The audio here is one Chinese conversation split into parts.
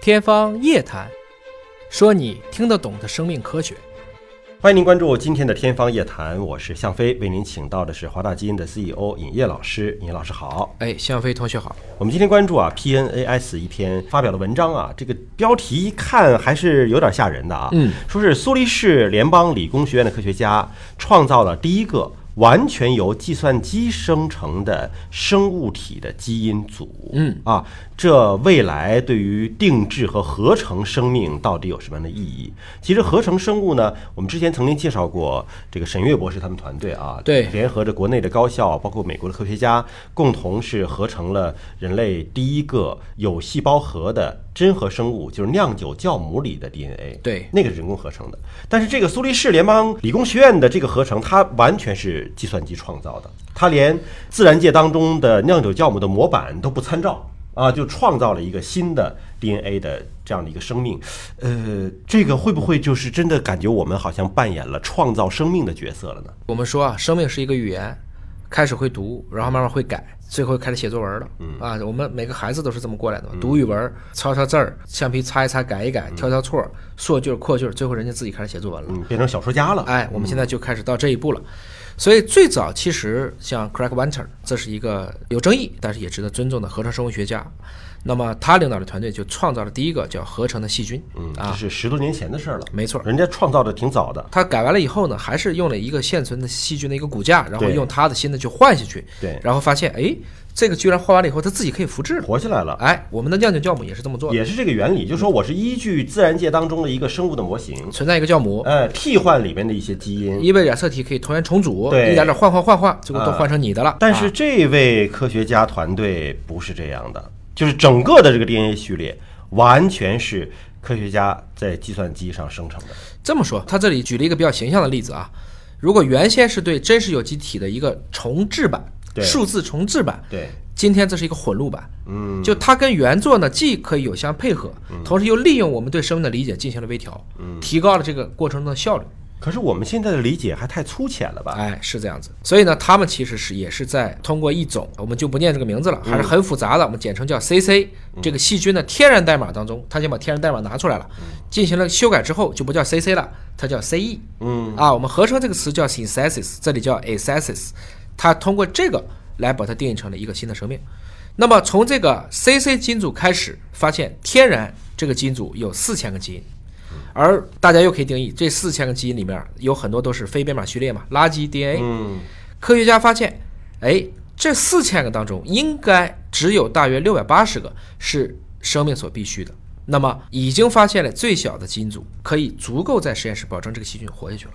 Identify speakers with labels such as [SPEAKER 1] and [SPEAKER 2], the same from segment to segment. [SPEAKER 1] 天方夜谭，说你听得懂的生命科学。
[SPEAKER 2] 欢迎您关注今天的《天方夜谭》，我是向飞，为您请到的是华大基因的 CEO 尹烨老师。尹老师好，
[SPEAKER 1] 哎，向飞同学好。
[SPEAKER 2] 我们今天关注啊 PNAS 一篇发表的文章啊，这个标题一看还是有点吓人的啊，
[SPEAKER 1] 嗯，
[SPEAKER 2] 说是苏黎世联邦理工学院的科学家创造了第一个完全由计算机生成的生物体的基因组，
[SPEAKER 1] 嗯
[SPEAKER 2] 啊，这未来对于定制和合成生命到底有什么样的意义？其实合成生物呢，我们之前曾经介绍过这个沈月博士他们团队啊，
[SPEAKER 1] 对
[SPEAKER 2] 联合着国内的高校，包括美国的科学家，共同是合成了人类第一个有细胞核的真核生物，就是酿酒酵母里的 DNA。
[SPEAKER 1] 对
[SPEAKER 2] 那个是人工合成的。但是这个苏黎世联邦理工学院的这个合成，它完全是计算机创造的，它连自然界当中的酿酒酵母的模板都不参照。啊，就创造了一个新的 DNA 的这样的一个生命，呃，这个会不会就是真的感觉我们好像扮演了创造生命的角色了呢？
[SPEAKER 1] 我们说啊，生命是一个语言，开始会读，然后慢慢会改，最后开始写作文了。嗯啊，我们每个孩子都是这么过来的嘛，
[SPEAKER 2] 嗯
[SPEAKER 1] 读语文，抄抄字儿，橡皮擦一擦，改一改，挑挑错儿，缩句儿扩句儿，最后人家自己开始写作文了。
[SPEAKER 2] 嗯，变成小说家了。
[SPEAKER 1] 哎，我们现在就开始到这一步了。所以最早其实像 Craig Venter，这是一个有争议，但是也值得尊重的合成生物学家。那么他领导的团队就创造了第一个叫合成的细菌。
[SPEAKER 2] 嗯，这是十多年前的事儿了。
[SPEAKER 1] 啊没错，
[SPEAKER 2] 人家创造的挺早的，
[SPEAKER 1] 他改完了以后呢，还是用了一个现存的细菌的一个骨架，然后
[SPEAKER 2] 对
[SPEAKER 1] 用他的新的去换下去。
[SPEAKER 2] 对
[SPEAKER 1] 然后发现，哎，这个居然换完了以后，它自己可以复制了。
[SPEAKER 2] 活下来了，
[SPEAKER 1] 哎，我们的酿酒酵母也是这么做的，
[SPEAKER 2] 也是这个原理，就是说我是依据自然界当中的一个生物的模型，
[SPEAKER 1] 存在一个酵母，
[SPEAKER 2] 呃，替换里面的一些基因。
[SPEAKER 1] 因为染色体可以同源重组，
[SPEAKER 2] 嗯对
[SPEAKER 1] 一点点换换换换，最后都换成你的了。
[SPEAKER 2] 但
[SPEAKER 1] 啊
[SPEAKER 2] 是这位科学家团队不是这样的，就是整个的这个 DNA 序列完全是科学家在计算机上生成的。
[SPEAKER 1] 这么说，他这里举了一个比较形象的例子啊，如果原先是对真实有机体的一个重置版，
[SPEAKER 2] 对
[SPEAKER 1] 数字重置版，
[SPEAKER 2] 对，
[SPEAKER 1] 今天这是一个混录版，
[SPEAKER 2] 嗯，
[SPEAKER 1] 就它跟原作呢既可以有相配合，同时又利用我们对生命的理解进行了微调，提高了这个过程中的效率。
[SPEAKER 2] 可是我们现在的理解还太粗浅了吧？
[SPEAKER 1] 哎，是这样子。所以呢，他们其实是也是在通过一种，我们就不念这个名字了，还
[SPEAKER 2] 嗯
[SPEAKER 1] 是很复杂的，我们简称叫 CC 这个细菌的天然代码当中，它先把天然代码拿出来了，进行了修改之后就不叫 CC 了，它叫 CE。
[SPEAKER 2] 嗯，
[SPEAKER 1] 啊，我们合成这个词叫 synthesis，这里叫 ascesis，它通过这个来把它定义成了一个新的生命。那么从这个 CC 基因组开始，发现天然这个基因组有四千个基因，而大家又可以定义这四千个基因里面有很多都是非编码序列嘛，垃圾 DNA。
[SPEAKER 2] 嗯，
[SPEAKER 1] 科学家发现，哎，这四千个当中应该只有大约六百八十个是生命所必需的。那么已经发现了最小的基因组，可以足够在实验室保证这个细菌活下去了。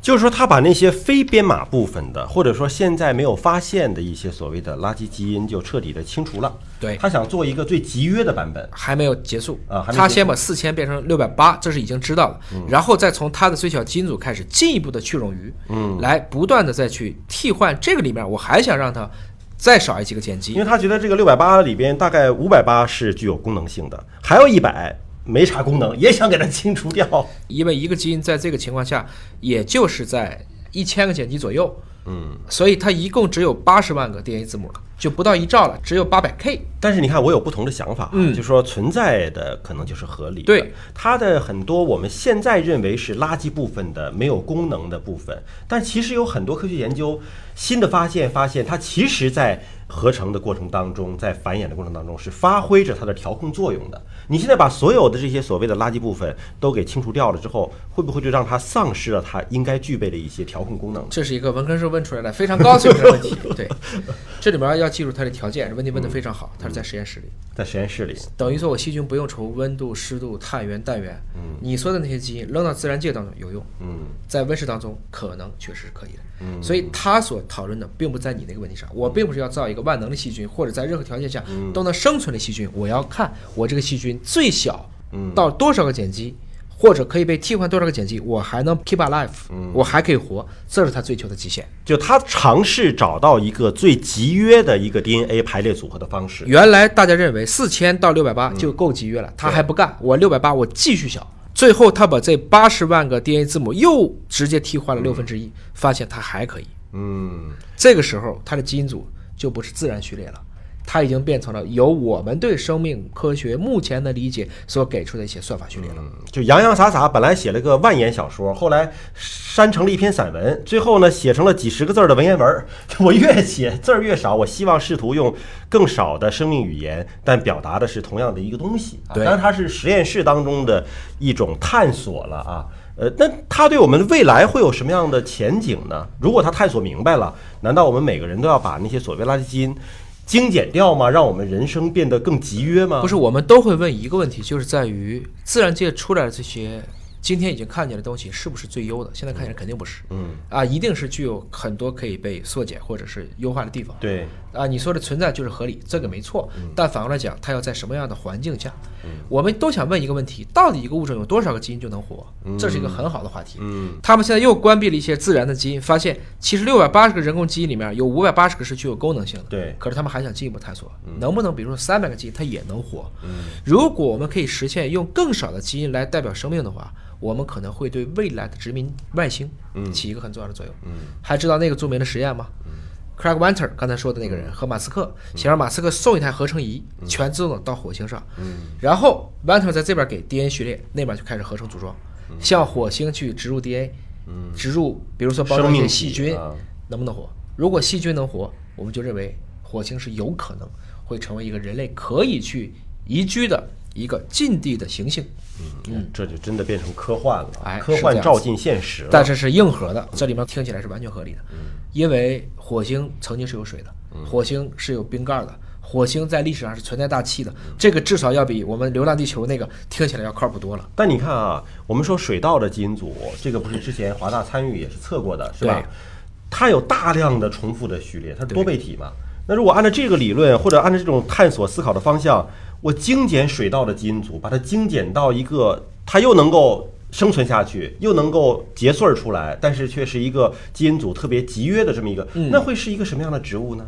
[SPEAKER 2] 就是说他把那些非编码部分的，或者说现在没有发现的一些所谓的垃圾基因，就彻底的清除了。
[SPEAKER 1] 对
[SPEAKER 2] 他想做一个最集约的版本。
[SPEAKER 1] 还没有结束
[SPEAKER 2] 啊还没
[SPEAKER 1] 他
[SPEAKER 2] 结束嗯
[SPEAKER 1] 先把四千变成六百八，这是已经知道了，然后再从它的最小基因组开始进一步的去冗余，嗯，来不断的再去替换这个里面，我还想让它再少一几个碱
[SPEAKER 2] 因
[SPEAKER 1] 基，
[SPEAKER 2] 为他觉得这个六百八里边大概五百八是具有功能性的，还有一百没啥功能，也想给它清除掉。
[SPEAKER 1] 因为一个基因在这个情况下，也就是在一千个碱基左右，嗯，所以它一共只有八十万个 DNA 字母了，就不到一兆了，只有八百 K，
[SPEAKER 2] 但是你看，我有不同的想法啊，
[SPEAKER 1] 嗯
[SPEAKER 2] 就说存在的可能就是合理的，
[SPEAKER 1] 对
[SPEAKER 2] 它的很多我们现在认为是垃圾部分的没有功能的部分，但其实有很多科学研究新的发现，发现它其实在合成的过程当中，在繁衍的过程当中是发挥着它的调控作用的。你现在把所有的这些所谓的垃圾部分都给清除掉了之后，会不会就让它丧失了它应该具备的一些调控功能呢？
[SPEAKER 1] 这是一个文科生问出来的非常高水平的 问题，对，这里面要记住它的条件，问题问的非常好，它是在实验室里。
[SPEAKER 2] 在实验室里，
[SPEAKER 1] 等于说我细菌不用愁温度、湿度、碳源、氮源。嗯，你说的那些基因扔到自然界当中有用，
[SPEAKER 2] 嗯。
[SPEAKER 1] 在温室当中可能确实是可以的。嗯，所以他所讨论的并不在你那个问题上，我并不是要造一个万能的细菌，或者在任何条件下都能生存的细菌。我要看我这个细菌最小到多少个碱基。或者可以被替换多少个碱基，我还能 keep alive，、我还可以活，这是他追求的极限。
[SPEAKER 2] 就他尝试找到一个最集约的一个 DNA 排列组合的方式。
[SPEAKER 1] 原来大家认为四千到六百八就够集约了，他还不干，我六百八我继续小。最后他把这八十万个 DNA 字母又直接替换了六分之一，发现它还可以。
[SPEAKER 2] 嗯，
[SPEAKER 1] 这个时候它的基因组就不是自然序列了，它已经变成了由我们对生命科学目前的理解所给出的一些算法序列了。
[SPEAKER 2] 就洋洋洒洒，本来写了个万言小说，后来删成了一篇散文，最后呢写成了几十个字儿的文言文儿。 我越写字儿越少，我希望试图用更少的生命语言，但表达的是同样的一个东西、啊。
[SPEAKER 1] 对
[SPEAKER 2] 当然它是实验室当中的一种探索了啊。呃，那它对我们未来会有什么样的前景呢？如果它探索明白了，难道我们每个人都要把那些所谓垃圾基因精简掉吗？让我们人生变得更集约吗？
[SPEAKER 1] 不是，我们都会问一个问题，就是在于自然界出来的这些今天已经看见的东西，是不是最优的？现在看起来肯定不是，
[SPEAKER 2] 嗯，
[SPEAKER 1] 啊，一定是具有很多可以被缩减或者是优化的地方。
[SPEAKER 2] 对，
[SPEAKER 1] 啊，你说的存在就是合理，这个没错。但反过来讲，它要在什么样的环境下？我们都想问一个问题：到底一个物种有多少个基因就能活？这是一个很好的话题。
[SPEAKER 2] 嗯，
[SPEAKER 1] 他们现在又关闭了一些自然的基因，发现其实六百八十个人工基因里面有五百八十个是具有功能性的。
[SPEAKER 2] 对嗯
[SPEAKER 1] 可是他们还想进一步探索，能不能比如说三百个基因它也能活？如果我们可以实现用更少的基因来代表生命的话，我们可能会对未来的殖民外星
[SPEAKER 2] 嗯
[SPEAKER 1] 起一个很重要的作用。还知道那个著名的实验吗？Craig Winter 刚才说的那个
[SPEAKER 2] 嗯
[SPEAKER 1] 人和马斯克，想让马斯克送一台合成仪，全自动的到火星上。
[SPEAKER 2] 嗯
[SPEAKER 1] 然后 Winter 在这边给 DNA 序列，那边就开始合成组装，
[SPEAKER 2] 嗯
[SPEAKER 1] 向火星去植入 DNA，植入比如说包
[SPEAKER 2] 生
[SPEAKER 1] 装一
[SPEAKER 2] 命
[SPEAKER 1] 些
[SPEAKER 2] 体
[SPEAKER 1] 细菌
[SPEAKER 2] 啊，
[SPEAKER 1] 能不能活？如果细菌能活，我们就认为火星是有可能会成为一个人类可以去宜居的一个近地的行星。
[SPEAKER 2] 嗯，这就真的变成科幻了，
[SPEAKER 1] 哎
[SPEAKER 2] 科
[SPEAKER 1] 是这
[SPEAKER 2] 幻
[SPEAKER 1] 样
[SPEAKER 2] 照
[SPEAKER 1] 子
[SPEAKER 2] 进现实了。嗯
[SPEAKER 1] 但是是硬核的，这里面听起来是完全合理的，因为火星曾经是有水的，火星是有冰盖儿的，火星在历史上是存在大气的，这个至少要比我们《流浪地球》那个听起来要靠谱多了。
[SPEAKER 2] 但你看啊，我们说水稻的基因组，这个不是之前华大参与也是测过的，是吧
[SPEAKER 1] 对？
[SPEAKER 2] 它有大量的重复的序列，它是多倍体嘛。那如果按照这个理论，或者按照这种探索思考的方向，我精简水稻的基因组，把它精简到一个它又能够生存下去，又能够结穗儿出来，但是却是一个基因组特别集约的这么一个，
[SPEAKER 1] 嗯
[SPEAKER 2] 那会是一个什么样的植物呢？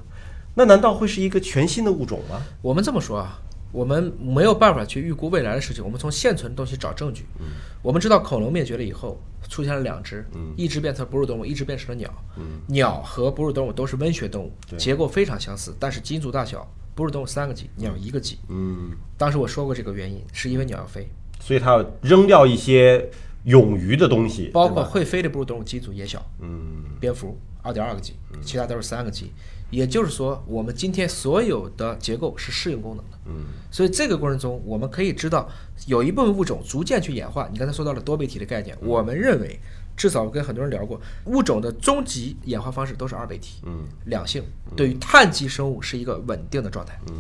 [SPEAKER 2] 那难道会是一个全新的物种吗？
[SPEAKER 1] 我们这么说啊，我们没有办法去预估未来的事情，我们从现存的东西找证据。我们知道恐龙灭绝了以后，出现了两只，一只变成哺乳动物，一只变成了鸟。鸟和哺乳动物都是温血动物，结构非常相似，但是基因组大小，哺乳动物三个 G，鸟一个 G。
[SPEAKER 2] 嗯，
[SPEAKER 1] 当时我说过这个原因，是因为鸟要飞。
[SPEAKER 2] 所以它要扔掉一些冗余的东西，
[SPEAKER 1] 包
[SPEAKER 2] 对吧
[SPEAKER 1] 括会飞的哺乳动物基因组也小，
[SPEAKER 2] 嗯，
[SPEAKER 1] 蝙蝠二点二个 G，其他都是三个 G，也就是说，我们今天所有的结构是适应功能的，嗯，所以这个过程中，我们可以知道有一部分物种逐渐去演化。你刚才说到了多倍体的概念，我们认为，至少我跟很多人聊过，物种的终极演化方式都是二倍体，嗯，两性对于碳基生物是一个稳定的状态，嗯。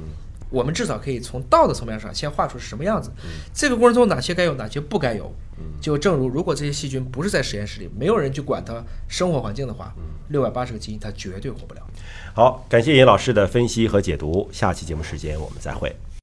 [SPEAKER 1] 我们至少可以从道的层面上先画出是什么样子，这个过程中哪些该有，哪些不该有。就正如如果这些细菌不是在实验室里，没有人去管它生活环境的话，六百八十个基因它绝对活不了。
[SPEAKER 2] 好，感谢尹老师的分析和解读，下期节目时间我们再会。